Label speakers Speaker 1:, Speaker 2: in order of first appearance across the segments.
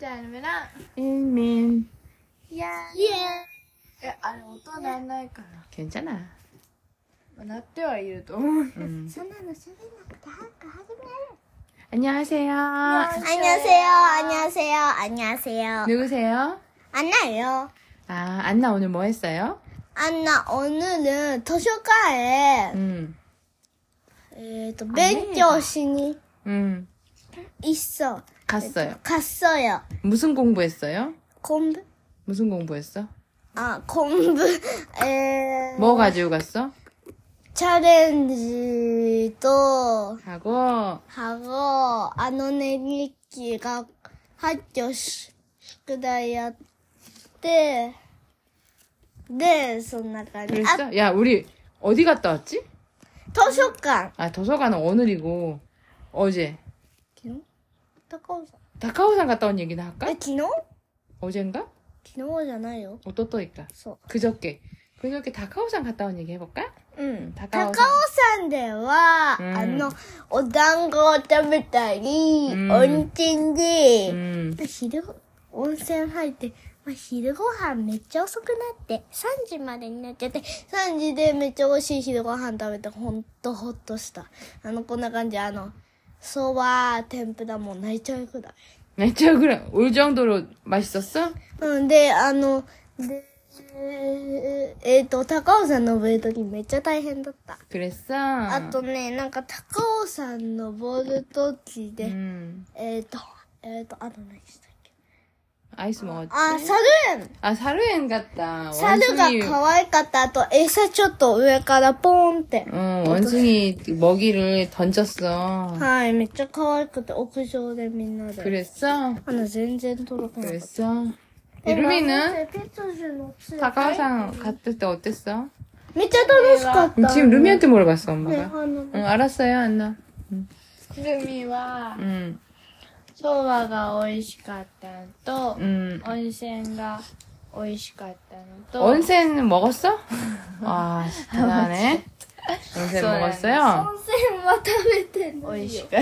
Speaker 1: 달면랑
Speaker 2: エンメン
Speaker 1: 야. 예. 아, 니音なんないから。
Speaker 2: 괜찮아
Speaker 1: まあ鳴ってはいると思う。
Speaker 2: 음.
Speaker 3: そんなの喋んなくて早く始める
Speaker 2: 안녕하세요
Speaker 3: 안녕하세요 안녕하세요 안녕하세요
Speaker 2: 누구세요?
Speaker 3: 안나예요
Speaker 2: 아 안나 오늘 뭐 했어요?
Speaker 3: 안나 오늘은 도서관에
Speaker 2: 음.
Speaker 3: 에,
Speaker 2: 아,
Speaker 3: 또勉強しに
Speaker 2: 네. 음.
Speaker 3: 있어
Speaker 2: 갔어요
Speaker 3: 갔어요
Speaker 2: 무슨 공부했어요?
Speaker 3: 공부
Speaker 2: 무슨 공부했어?
Speaker 3: 아 공부 에,
Speaker 2: 뭐 가지고 갔어?
Speaker 3: 챌린지도
Speaker 2: 하고
Speaker 3: 하고 아노네미키가 학교 시-宿題やってでそんな感じあ
Speaker 2: 그랬어? 야 우리 어디 갔다 왔지?
Speaker 3: 図書館
Speaker 2: 아 도서관은 오늘이고 어제
Speaker 3: 昨日高尾さん
Speaker 2: 다카오산 갔다 온 얘기나
Speaker 3: え
Speaker 2: 할까?
Speaker 3: 昨日
Speaker 2: 어젠가?
Speaker 3: 昨日じゃないよ
Speaker 2: 오또또일까?
Speaker 3: そ
Speaker 2: 그저께 그저께 다카오산 갔다 온 얘기 해볼까?
Speaker 3: ううん
Speaker 2: 高
Speaker 3: 高尾
Speaker 2: 尾山
Speaker 3: 山では、
Speaker 2: うん
Speaker 3: あのお団子を食べたり、
Speaker 2: うん
Speaker 3: 温泉で、
Speaker 2: 음.
Speaker 3: 昼ご温泉入って、まあ、昼ご飯めっちゃ遅くなって3時までになっちゃって3時でめっちゃ美味しい昼ご飯食べてほんとほっとしたあのこんな感じあのそば天ぷらもう泣いちゃうくらい
Speaker 2: 진짜 네, 그래 울 정도로 맛있었어?
Speaker 3: うんであのでえっ、と高尾山登る時めっちゃ大変だった
Speaker 2: 그랬어?
Speaker 3: あとねなんか高尾山登る時で、
Speaker 2: 음.
Speaker 3: えっ、とえっ、とあと何したっけ
Speaker 2: 아이스 먹었지?
Speaker 3: あサルーン
Speaker 2: 아 사루엔 갔다
Speaker 3: 猿が
Speaker 2: 원숭이
Speaker 3: 可愛かった後、餌ちょっと上からポーンって。
Speaker 2: 어, 원숭이 먹이를 던졌어
Speaker 3: はい、めっちゃ可愛くて、屋上でみんなで。
Speaker 2: 그랬어?
Speaker 3: あの、全然届かなかった。
Speaker 2: 그랬어?
Speaker 3: え
Speaker 2: 루미는
Speaker 3: ペトジュの杖
Speaker 2: 다카오산 갔을 때 어땠어?
Speaker 3: めっちゃ楽しかっ
Speaker 2: 음,
Speaker 3: た。
Speaker 2: 지금 루미한테 물어봤어
Speaker 3: ね
Speaker 2: 엄마가
Speaker 3: あの
Speaker 2: 응 알았어요 안나 음,
Speaker 1: ルミは、
Speaker 2: 응,
Speaker 1: そばが美味しかったのと、
Speaker 2: 응.
Speaker 1: 温泉が美味しかったのと、
Speaker 2: 온센 먹었어? 와 대단하네 온센
Speaker 1: 소라는
Speaker 2: 먹었어요?
Speaker 3: 温泉は食べてんの
Speaker 1: 美味しかっ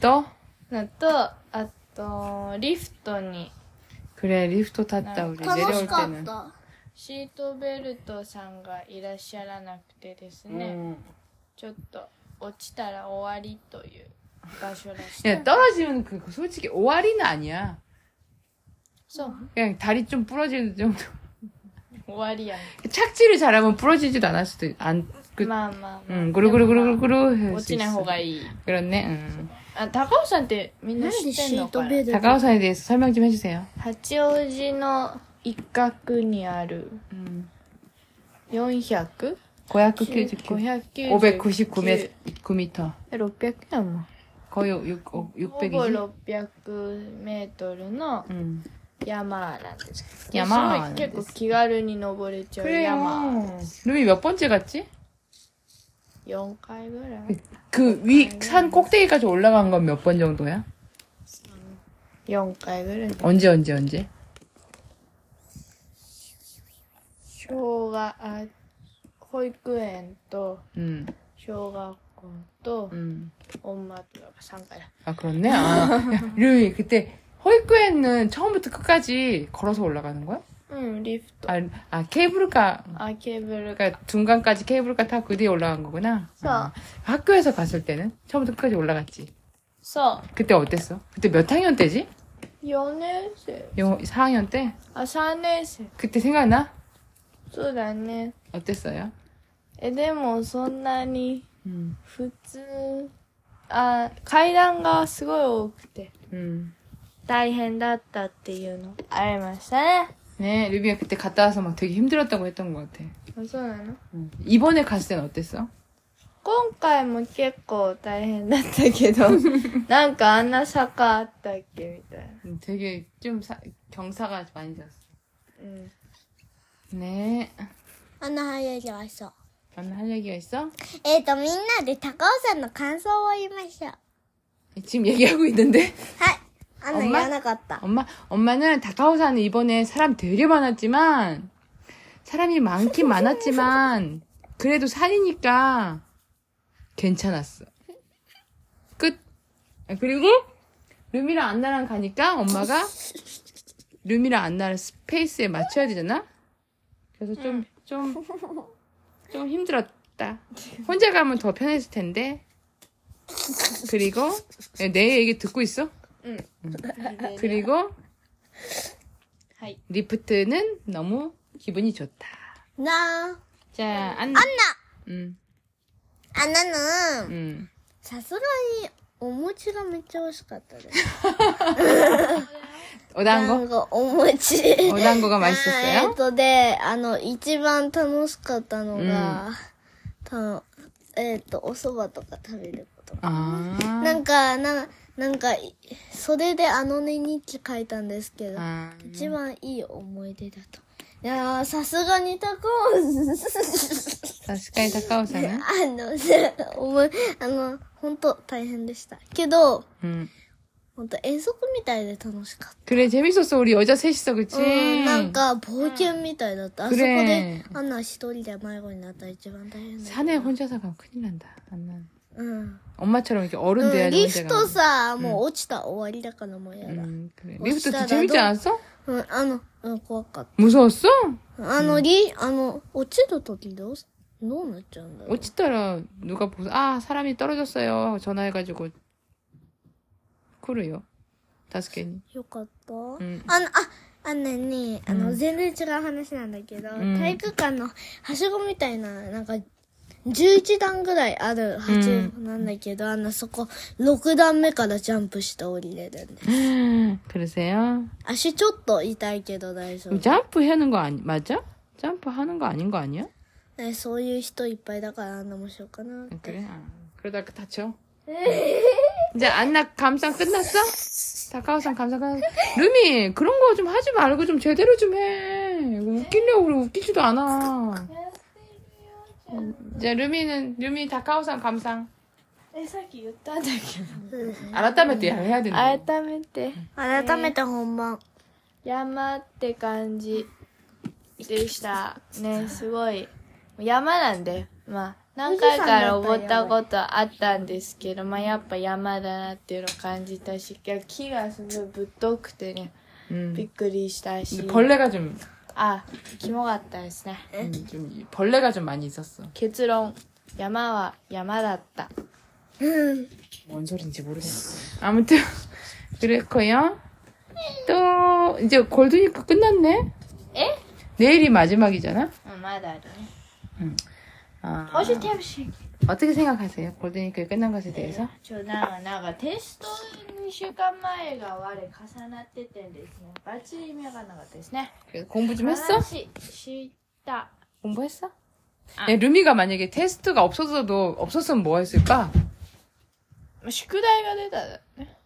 Speaker 1: た
Speaker 2: 또
Speaker 1: のと、あと、リフトに
Speaker 2: 그래 리프트 탔다 우리
Speaker 3: 楽し
Speaker 2: 내려올
Speaker 3: か
Speaker 2: 때는
Speaker 3: った。
Speaker 1: シートベルトさんがいらっしゃらなくてです
Speaker 2: 음.
Speaker 1: ね、
Speaker 2: 응.
Speaker 1: ちょっと落ちたら終わりという場所らしい。
Speaker 2: 야, 떨어지면 그, 그 솔직히 오아리는 아니야.
Speaker 1: そう、
Speaker 2: 그냥 다리 좀 부러질 정도.
Speaker 1: 終わりやん。
Speaker 2: 착지를 잘하면 부러지지도 않을 수도 있, 안, 그,
Speaker 1: まあまあ、まあ
Speaker 2: 응, 구루구루구루구루. 할수
Speaker 1: 落ちない
Speaker 2: 있어.
Speaker 1: 方がいい。
Speaker 2: 그렇네, 응.
Speaker 1: あ、高尾山ってみん
Speaker 3: な
Speaker 1: なん知
Speaker 3: で
Speaker 1: ってん
Speaker 3: シー
Speaker 1: の
Speaker 3: ト
Speaker 1: か
Speaker 3: ベ
Speaker 1: な
Speaker 3: ルト
Speaker 2: 네. 다카오산에 대해서 설명 좀 해주세요.
Speaker 1: 八王子の一角にある
Speaker 2: 음.
Speaker 1: 400?
Speaker 2: 고약구 그 큐즈 큐. 599m. 9m.
Speaker 1: 600やもん。
Speaker 2: 거의 어, 6, 5,
Speaker 1: ほぼ
Speaker 2: 620.
Speaker 1: 600メートルの
Speaker 2: 응.
Speaker 1: 山なんですけど。
Speaker 2: 山なん
Speaker 1: す
Speaker 2: です
Speaker 1: ごい結構気軽に登れちゃう山。
Speaker 2: 그래요. 루미 몇 번째 갔지?
Speaker 1: 영回ぐらい
Speaker 2: 그 위, 산 꼭대기까지 올라간 건 몇 번 정도야?
Speaker 1: 4回ぐらい
Speaker 2: 언제, 언제, 언제?
Speaker 1: 小学あ保育園と
Speaker 2: 응,
Speaker 1: 小学校と
Speaker 2: 응.
Speaker 1: 女とかが3回だ
Speaker 2: 아 그렇네. 아, 야, 루이 그때 허이쿠엔은 처음부터 끝까지 걸어서 올라가는 거야?
Speaker 1: うんリフト
Speaker 2: 아, 아 케이블카
Speaker 1: あケーブルが
Speaker 2: 그러니까 중간까지 케이블카 타고 그 뒤에 올라간 거구나. 아, 학교에서 갔을 때는 처음부터 끝까지 올라갔지.
Speaker 1: そ
Speaker 2: 그때 어땠어? 그때 몇 학년 때지?
Speaker 1: う4年生
Speaker 2: 영 4학년 때?
Speaker 1: あ3年生
Speaker 2: 그때 생각나?
Speaker 1: そうだね
Speaker 2: 어땠어요?
Speaker 1: えでもそんなに
Speaker 2: 음,
Speaker 1: 普通あ階段がすごい多くて
Speaker 2: 음.
Speaker 1: 大変だったっていうのありましたね
Speaker 2: 네, 루비가 그때 갔다 와서 막 되게 힘들었다고 했던 것 같아. 음.
Speaker 1: あそうなの
Speaker 2: 이번에 갔을 때는 어땠어?
Speaker 1: 今回も結構大変だったけ どなんかあんな坂あったっけみたいな
Speaker 2: 음, 되게 좀 사- 경사가 많이 졌어.
Speaker 1: うん、
Speaker 2: 네.
Speaker 3: あの、早いじゃわそう。
Speaker 2: 나는 할 얘기가 있어?
Speaker 3: えっ、と、みんなで高尾山の感想を言いましょう。
Speaker 2: 지금 얘기하고 있는데
Speaker 3: はい。あの、
Speaker 2: 엄마
Speaker 3: 言わなかった。
Speaker 2: 엄마 엄마는 다카오산은 이번에 사람 되게 많았지만 사람이 많긴 많았지만 그래도 산이니까 괜찮았어 끝 아, 그리고 루미랑 안나랑 가니까 엄마가 루미랑 안나를 스페이스에 맞춰야 되잖아? 그래서 좀, 좀, 좀 힘들었다. 혼자 가면 더 편했을 텐데. 그리고, 네, 내 얘기 듣고 있어?
Speaker 1: 응.
Speaker 2: 그리고,
Speaker 1: はい。
Speaker 2: 리프트는 너무 기분이 좋다.
Speaker 3: な
Speaker 2: 자, 안나. 음, 안나! 응,
Speaker 3: あ、なの
Speaker 2: 응.
Speaker 3: さすがに、お餅がめっちゃ美味しかったです。
Speaker 2: 오단고?
Speaker 3: なんかお餅。
Speaker 2: 오단고가
Speaker 3: あー えっ
Speaker 2: 맛있었어요?
Speaker 3: とで、あの、一番楽しかったのが、たのえっ、と、お蕎麦とか食べること。
Speaker 2: 아.
Speaker 3: なんか、な、なんか、いそれであのね日記書いたんですけど、
Speaker 2: 아.
Speaker 3: 一番いい思い出だと。いやー、さすがに高尾
Speaker 2: 사스카이 타카오사는?
Speaker 3: あの、 せおもあの、ほんと大変でした。けど、
Speaker 2: 응.
Speaker 3: ほんと遠足みたいで楽しかった。
Speaker 2: 음. 그래, 재밌었어. 우리 여자 셋이서, 음, 그치?
Speaker 3: うん、なんか冒険みたいだった。あそこ
Speaker 2: うん
Speaker 3: で
Speaker 2: ね
Speaker 3: アンナ一人で迷子になったら一番大変だよ。
Speaker 2: 산에 혼자서 가면 큰일 난다. 안나.
Speaker 3: うん。
Speaker 2: 엄마처럼 이렇게
Speaker 3: う
Speaker 2: 어른
Speaker 3: ん、
Speaker 2: 돼야지
Speaker 3: リ
Speaker 2: 혼자
Speaker 3: フ
Speaker 2: 가면.
Speaker 3: トさ、もう落ちた終わりだからもうやだ。うん、
Speaker 2: 음, 그래.
Speaker 3: 뭐
Speaker 2: 리프트
Speaker 3: 진짜
Speaker 2: 재밌지
Speaker 3: 나도-
Speaker 2: 않았어?
Speaker 3: あの、うん、怖かっ
Speaker 2: 무서웠어?
Speaker 3: た。あの、リ、あの、落ちるときどうす、どうなっちゃうんだろう。
Speaker 2: 어찌따라 누가 보고 아 사람이 떨어졌어요 하고 전화해가지고 그래요. 다섯 개니.
Speaker 3: よかった。
Speaker 2: ん
Speaker 3: あの、あ、あのね、あの、全然違う話なんだけど、
Speaker 2: ん
Speaker 3: 体育館のはしごみたいな、なんか、11段ぐらいあるはしごなんだけど、あの、そこ、6段目からジャンプして降りれるんで。
Speaker 2: 그러세요?
Speaker 3: 足ちょっと痛いけど大丈夫。
Speaker 2: 점프 하는 거 아니 맞아? 점프 하는 거 아닌 거 아니야?
Speaker 3: ねそういう人いっぱいだからあんなもしようかなって。
Speaker 2: 그래. 아, 그러다가 다쳐. 이제 안나 감상 끝났어? 다카오상 감상 끝났어. 루미 그런 거 좀 하지 말고 좀 제대로 좀 해. 웃기려고 그래 웃기지도 않아. 이제 루미는 루미 다카오상 감상.
Speaker 1: え、さっき言ったんだけ
Speaker 2: 改めてやる 해야
Speaker 1: ど。改めて、
Speaker 3: 改めて本番。
Speaker 1: 山って感じでした。ね、すごい。山なんだよ。まあ、何回か登ったことあったんですけど、まあやっぱ山だなっていうのを感じたし、いや木がすごいぶっとくてね、
Speaker 2: 음.
Speaker 1: びっくりしたし。
Speaker 2: 벌레가 좀,
Speaker 1: あ、キモかったですね。
Speaker 2: 음, 좀 벌레가 좀 많이 있었어.
Speaker 1: 結論、山は山だった。
Speaker 2: 뭔 소린지 모르겠어. 아무튼 그랬고요. 또 이제 골드니까 끝났네.
Speaker 1: 에?
Speaker 2: 내일이 마지막이잖아.
Speaker 1: うんまだあるね。
Speaker 2: 아,
Speaker 1: ポジティブシン
Speaker 2: 어떻게 생각하세요? 골드니까 끝난
Speaker 1: 네.
Speaker 2: 것에 대해서?
Speaker 1: 冗談はなんかテスト2週間前が我重なっててですねバッチリ意味わかんなかったですね
Speaker 2: 그래서 공부 좀 했어?
Speaker 1: 話した、
Speaker 2: 공부했어? 야, 루미가 만약에 테스트가 없어서도 없었으면 뭐 했을까?
Speaker 1: まあ宿題が出たらね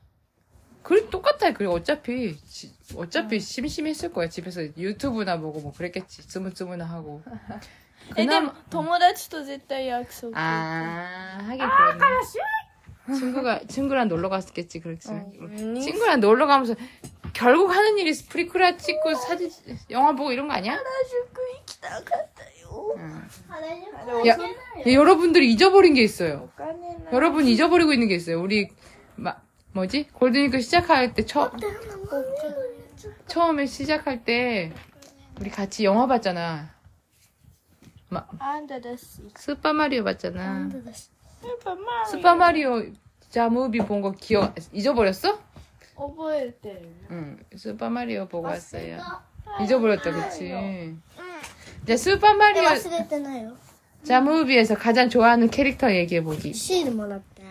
Speaker 2: 그래 똑같아. 그리고 어차피 지- 어차피 심심했을 거야. 집에서 유튜브나 보고 뭐 그랬겠지. 스무스무나 하고.
Speaker 1: えで
Speaker 2: 나
Speaker 1: も友達と絶対約束
Speaker 2: 아, 하긴 그러네. 친구가 친구랑 놀러 갔겠지 그렇지.
Speaker 1: 어, 음.
Speaker 2: 친구랑 놀러 가면서 결국 하는 일이 프리쿠라 찍고 사진 영화 보고 이런 거 아니야?
Speaker 3: 宿行きたかったよ。
Speaker 2: 응.
Speaker 3: 原宿
Speaker 2: 야, 야, 여러분들이 잊어버린 게 있어요.
Speaker 1: お金ない
Speaker 2: 여러분 잊어버리고 있는 게 있어요. 우리 마, 뭐지? 골든위크 시작할 때
Speaker 3: な
Speaker 2: 처,
Speaker 3: んか
Speaker 2: 처음에 시작할 때 우리 같이 영화 봤잖아.
Speaker 1: あんたですス
Speaker 2: 스파 마리오 봤잖아.
Speaker 3: 本当だし
Speaker 1: ーパーマリオ
Speaker 2: 스파 마리오 자 무비 본 거 기억 잊어버렸어?
Speaker 1: 覚えてる
Speaker 2: 응. 스파 마리오 보고 왔어요.
Speaker 3: あ
Speaker 2: 잊어버렸다, 그치? 이제 슈퍼마리오
Speaker 3: 忘れてないよ。
Speaker 2: 자무비에서 가장 좋아하는 캐릭터 얘기해보기.
Speaker 3: シールもらった。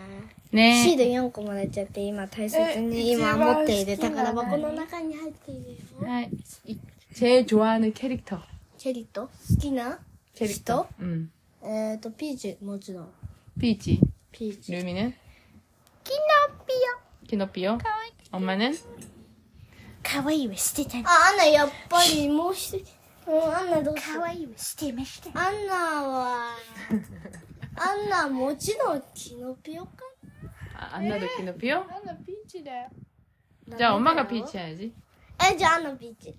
Speaker 3: シー
Speaker 2: 네.
Speaker 3: ル4個もらっちゃって、今大切に
Speaker 1: え
Speaker 3: 今持っている
Speaker 1: 一番好きな
Speaker 3: 宝箱の中に入っているよ。
Speaker 2: 아, 이- 제일 좋아하는 캐릭터.
Speaker 3: チェリット好きな
Speaker 2: 캐릭터? 응.
Speaker 3: えっと、ピーチもちろん。
Speaker 2: 피지.
Speaker 3: ピーチ。
Speaker 2: 루미는?
Speaker 3: キノピオ。
Speaker 2: 키노피요. 엄마는?
Speaker 4: 可愛いはしてたね。
Speaker 3: あ、アンナやっぱりもう一人。うん、アンナどうしよう
Speaker 4: 可愛いはしてました。
Speaker 3: アンナは、アンナもちろんキノピオか
Speaker 2: 아, 안나도 키노피요?
Speaker 1: なんだピンチだよ
Speaker 2: 자, 엄마가 피지 해야지.
Speaker 3: なえ、じゃあアンナピーチ。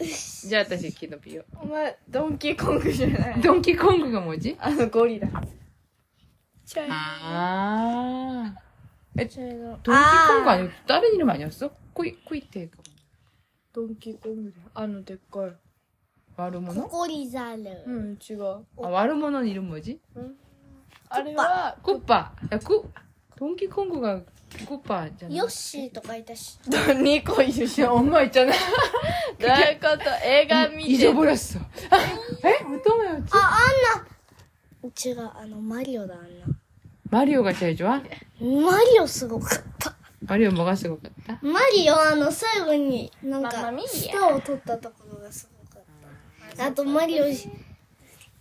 Speaker 2: 이제 다시 키노피요.
Speaker 1: お前ドンキーコングじゃない
Speaker 2: 아. 동키콩그가 뭐지?
Speaker 1: あのゴリラチャイ
Speaker 2: 아. え
Speaker 3: 제가
Speaker 2: 돈키콩거 아니고 다른 이름 아니었어? 코이 코이테
Speaker 1: 돈키콩이래. あのでっかい。
Speaker 2: 와르모노?
Speaker 3: 코코리자르
Speaker 1: うん、違う。
Speaker 2: 아, 와르모노 는 이름 뭐지?
Speaker 1: あれは、
Speaker 2: 쿠빠. 야, 쿠 돈키콩거가 쿠빠잖아.
Speaker 3: 요시 とかいたし
Speaker 1: 2個いるじゃん。
Speaker 2: 엄마 있잖아.
Speaker 1: どういうこと映画見て。
Speaker 2: 잊어버렸어. 에? 어떤 거였지?
Speaker 3: 違うあのマリオだあんな
Speaker 2: 마리오가 제일 좋아?
Speaker 3: マリオすごかった
Speaker 2: 마리오 뭐가 쓰고 갔다?
Speaker 3: マリオあの最後になん
Speaker 1: ママ
Speaker 3: か
Speaker 1: ミーヤ
Speaker 3: 舌を取ったところがすごかったあとマリオし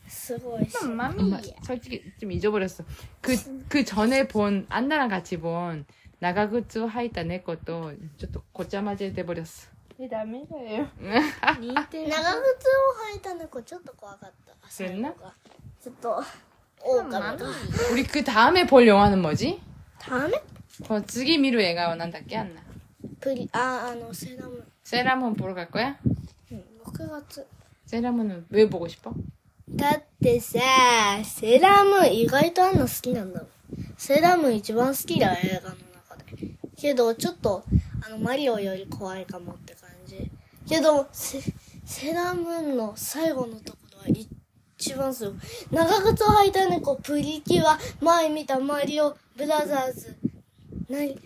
Speaker 3: すごいし
Speaker 1: マ
Speaker 2: 엄마,
Speaker 3: 음,
Speaker 1: ミ
Speaker 3: 예.
Speaker 1: ーや。
Speaker 2: 솔직히 좀 잊어버렸어. 그, 그 전에 본, 안나랑 같이 본, 나가구츠 하이타 내 것도, 저또 고짜마제 돼버렸어.
Speaker 1: え、ダメだよ。似てる
Speaker 3: 長靴を履いた猫ちょっと怖かった
Speaker 2: そうやんな
Speaker 3: 最後がちょっと狼
Speaker 1: マ
Speaker 3: が
Speaker 1: ミー
Speaker 2: 우리 그 다음에 볼 영화는 뭐지?
Speaker 3: ダメ
Speaker 2: 그次見る映画はなんだっけ、アンナ。
Speaker 3: プリああのセラム
Speaker 2: 세라몬 보러 갈 거야?
Speaker 3: うん6月
Speaker 2: 세라몬은 왜 보고 싶어?
Speaker 3: だってさセラム意外とあんの好きなんだもんセラム一番好きだ映画の中でけどちょっとあのマリオより怖いかもって感じけどセセラムの最後のところは一番すごい長靴を履いた猫プリキュア前見たマリオブラザーズ何えー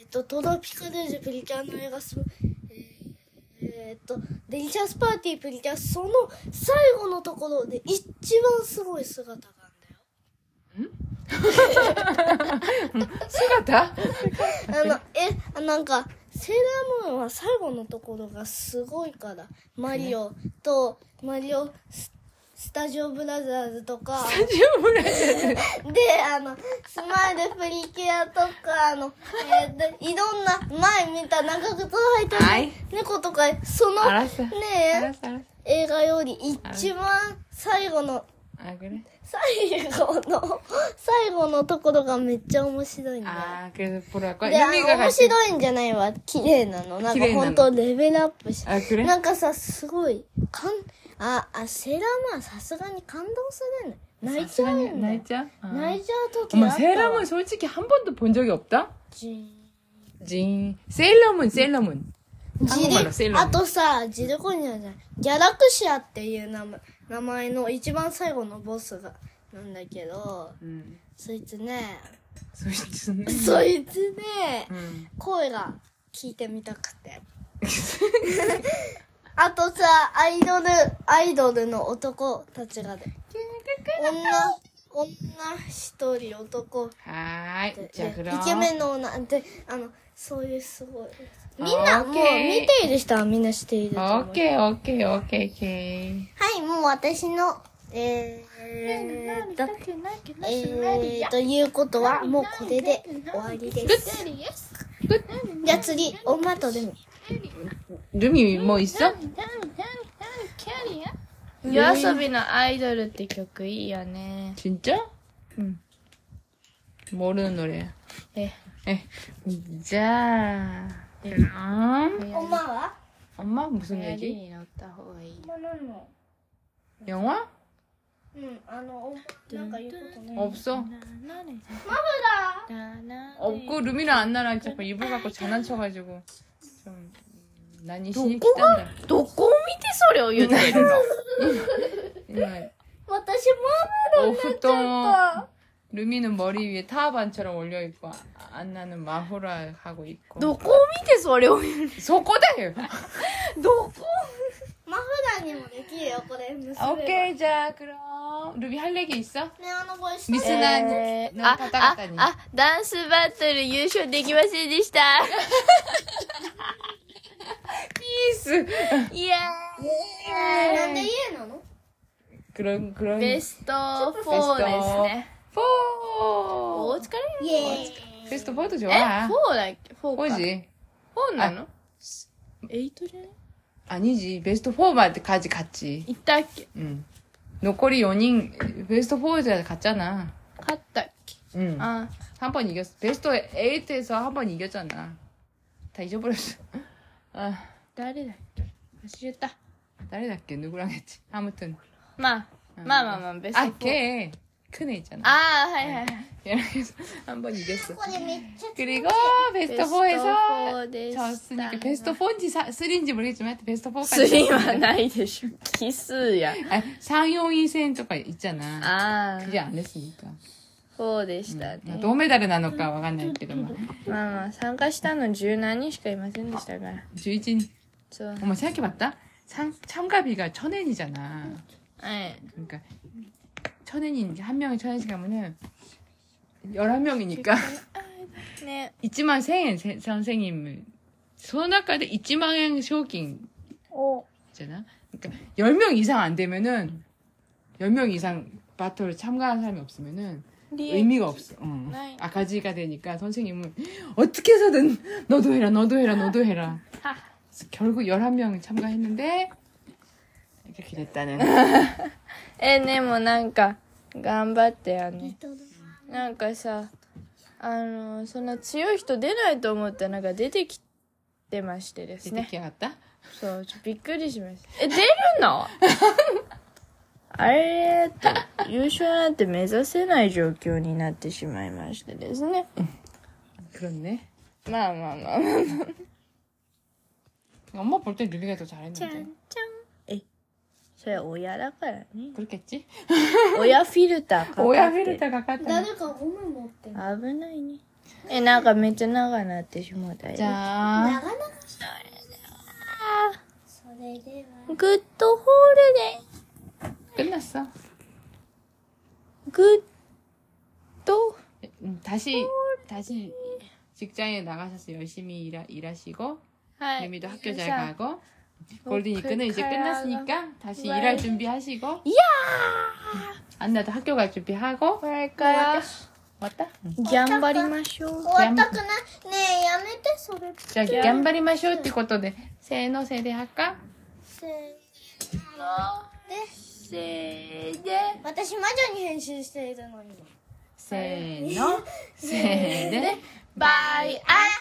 Speaker 3: えっとトロピカルージュプリキュアの映画すえーえーっと、デリシャスパーティープリキャス、その最後のところで一番すごい姿があ
Speaker 2: 姿
Speaker 3: んだよ。あの、え、なんか、セーラームーンは最後のところがすごいから、マリオと、マリオススタジオブラザーズとか、で、あの、スマイルプリキュアとか、あの、えーっと、いろんな前見た長靴を履いた
Speaker 2: はい
Speaker 3: 猫とか、その、ね
Speaker 2: 알았어. 알았어, 알았어.
Speaker 3: 映画より一番最後の、
Speaker 2: 아 그래?
Speaker 3: 最後の、最後のところがめっちゃ面白いんだよ。
Speaker 2: 아 그래서 보러 갈 거야?
Speaker 3: で、あの
Speaker 2: 유미가
Speaker 3: 面
Speaker 2: 같이
Speaker 3: 白いんじゃないわ。綺麗なの。なん
Speaker 2: 綺
Speaker 3: か
Speaker 2: 麗なの
Speaker 3: 本当レベルアップし
Speaker 2: あくれ
Speaker 3: なんかさ、すごい、かん、あ、あ、セーラーマンさすがに感動するね。泣いちゃう
Speaker 2: 세라몬
Speaker 3: んだよ。
Speaker 2: 날짜? 아.
Speaker 3: 泣いちゃう時あ
Speaker 2: 엄마
Speaker 3: ったわ。
Speaker 2: 세라몬 솔직히 한 번도 본 적이 없다?
Speaker 3: ジン
Speaker 2: 징 세일러문 세일러문
Speaker 3: ジ
Speaker 2: 한국말로
Speaker 3: ル、
Speaker 2: 세일러문
Speaker 3: あとさ、ジルコニアじゃない。ギャラクシアっていう名前名前の一番最後のボスが、なんだけど、
Speaker 2: 음.
Speaker 3: そいつね、
Speaker 2: 소시지는
Speaker 3: そいつね、
Speaker 2: 음.
Speaker 3: 声が聞いてみたくて。あとさ、アイドル、アイドルの男たちがね、女、女一人男っ
Speaker 2: 하이
Speaker 3: て、
Speaker 2: 자
Speaker 3: で
Speaker 2: 그럼
Speaker 3: イケメンの女で、あの、そういうすごい。みんな、
Speaker 2: オ
Speaker 3: もう
Speaker 2: ッ
Speaker 3: 見
Speaker 2: ケー
Speaker 3: ている人はみんなしていると思う。
Speaker 2: 오케이 오케이 오케이 오케이
Speaker 3: はい、もう私の、えーっと、えーっと、言うことは、もうこれで終わりです。じゃあ次、おまとでも。
Speaker 2: 루미 뭐 있어?
Speaker 1: 음. 夜遊びのアイドルって曲いいよね。
Speaker 2: 진짜?
Speaker 1: 응.
Speaker 2: 모르는 노래야
Speaker 1: え、
Speaker 2: 에. 자 그럼
Speaker 3: おまは
Speaker 2: 엄마 무슨
Speaker 1: 流行り
Speaker 2: 얘기?
Speaker 1: に乗った方がいい。
Speaker 2: 영화?
Speaker 3: うん、あの、おなんか言うことね。
Speaker 2: 없어
Speaker 1: 네.
Speaker 3: あ
Speaker 2: 없고 루미랑 안나랑 자꾸 이불 갖고 장난쳐가지고 좀 난이 신이 기단다 네,
Speaker 1: どこを見てそれを言ってるの
Speaker 2: 今
Speaker 3: 私、
Speaker 2: 오후동 루미는 머리 위에 타반처럼 올려 있고 아- 안나는 마후라 하고 있고
Speaker 1: どこを見てそれを言う
Speaker 2: 소꼬대
Speaker 1: どこ
Speaker 3: マフラーにもできるよ、これ。結べば
Speaker 2: 오케이 자 그럼 루미 할 얘기 있어?
Speaker 3: ね、あのボイス。
Speaker 2: 미스난
Speaker 1: あ
Speaker 2: 난 、
Speaker 1: あ
Speaker 2: 타다갔다니 、
Speaker 1: あ、ダンスバトル優勝できませんで した。
Speaker 2: 피스
Speaker 1: イエ
Speaker 3: なんで
Speaker 1: ーイ
Speaker 3: 家なの
Speaker 2: 그런 그런
Speaker 1: ベスト4ですね。
Speaker 2: 포
Speaker 1: お疲れ
Speaker 3: イエーイ。
Speaker 2: 베스트 포도 아,
Speaker 1: え、
Speaker 2: 좋아
Speaker 1: 4だっけ ?4 か。
Speaker 2: 포지
Speaker 1: 4なの ?8 じゃない
Speaker 2: 아니지 베스트 포까지 갔지
Speaker 1: いったっけ
Speaker 2: 응 노코리 연인 베스트 포에 갔잖아
Speaker 1: 勝ったっけ
Speaker 2: 응
Speaker 1: あ、
Speaker 2: 한 번 이겼어. 베스트 8에서 한 번 이겼잖아. 다 잊어버렸어. 아,
Speaker 1: 誰だっけ忘れた。
Speaker 2: 딸이 낫게 누구랑 했지? 아무튼.
Speaker 1: まあ、まあまあまあ、ベスト
Speaker 2: 아
Speaker 1: 4。
Speaker 2: 걔. 큰 애 있잖아.
Speaker 1: 아,はいはい。
Speaker 2: 얘랑 해서 한 번 이겼어.
Speaker 3: これめっちゃ
Speaker 2: 그리고 베스트
Speaker 1: 베스트 4で
Speaker 2: 4에서
Speaker 1: した
Speaker 2: 졌으니까 베스트 4인지 3인지 모르겠지만 하여튼 베스트 4까지
Speaker 1: スリーはないでしょ。奇数や。
Speaker 2: 아, 상용이센 쪽가 있잖아.
Speaker 1: ああ、
Speaker 2: 그게 안 했으니까.
Speaker 1: そうでしたね。
Speaker 2: 도메달을 나눌까 와간 날 때로만.
Speaker 1: まあまあ、参加したの十何人しかいませんでしたから。
Speaker 2: 주이진
Speaker 1: そう。
Speaker 2: 어머 생각해봤다. 상, 참가비가 천엔이잖아.
Speaker 1: はい。
Speaker 2: 그러니까 천엔이 한 명이 천엔씩 하면은 11명이니까
Speaker 1: ね。
Speaker 2: 1만 생엔 세- 선생님. 소나카도 1만 엔 쇼킹
Speaker 3: お
Speaker 2: 있잖아. 그러니까 10명 이상 안 되면은 10명 이상 바터를 참가한 사람이 없으면은
Speaker 1: リエ
Speaker 2: 의미가 없어. 응.
Speaker 1: 네.
Speaker 2: 아가지가 되니까 선생님은 어떻게 해서든 너도 해라, 너도 해라, 너도 해라. 그래서 결국 11명 참가했는데 이렇게 됐다는. 아,
Speaker 1: え、でもなんか、頑張ってよね。
Speaker 3: どうぞ
Speaker 1: なんかさ、あの、そんな強い人出ないと思ったらなんか出てきてましてですね。
Speaker 2: 이렇게 갔다.
Speaker 1: そう、ちょっとびっくりしました。え、出る のあれだって、優勝なんて目指せない状況になってしまいましてですね。
Speaker 2: 그렇네.
Speaker 1: まあまあまあまあ。
Speaker 2: 엄마 볼 때 루비가 더
Speaker 1: ちゃん
Speaker 2: 잘했는데.
Speaker 1: ちゃん。え、それ親だからね。
Speaker 2: 그렇겠지?
Speaker 1: 親フィルターかかってる。
Speaker 2: 오야 필터 가깝다.
Speaker 3: 誰かゴム持ってる
Speaker 1: 危ないね。え、なんかめっちゃ長なってしまったよ。
Speaker 2: 자,
Speaker 3: 長々それでは
Speaker 1: グッドホールデ
Speaker 2: 끝났어.
Speaker 1: ン。グッド。
Speaker 2: 음, 다시 다시 직장에 나가셔서 열심히 일하, 일하시고
Speaker 1: は
Speaker 2: 유미도
Speaker 1: い
Speaker 2: 학교 잘 가고 골든이크는 이제 끝났으니까 다시 일할 준비하시고 안나도 학교 갈 준비하고 뭐
Speaker 1: これから、
Speaker 2: 왔다
Speaker 1: 頑張りましょう。
Speaker 3: 終わったくないねえやめてそれ
Speaker 2: 자, 갬바리마쇼ってことでせーのせーで할까
Speaker 3: せーで
Speaker 1: せーで。
Speaker 3: 私魔女に変身しているのに
Speaker 2: せーのせーで
Speaker 1: バイア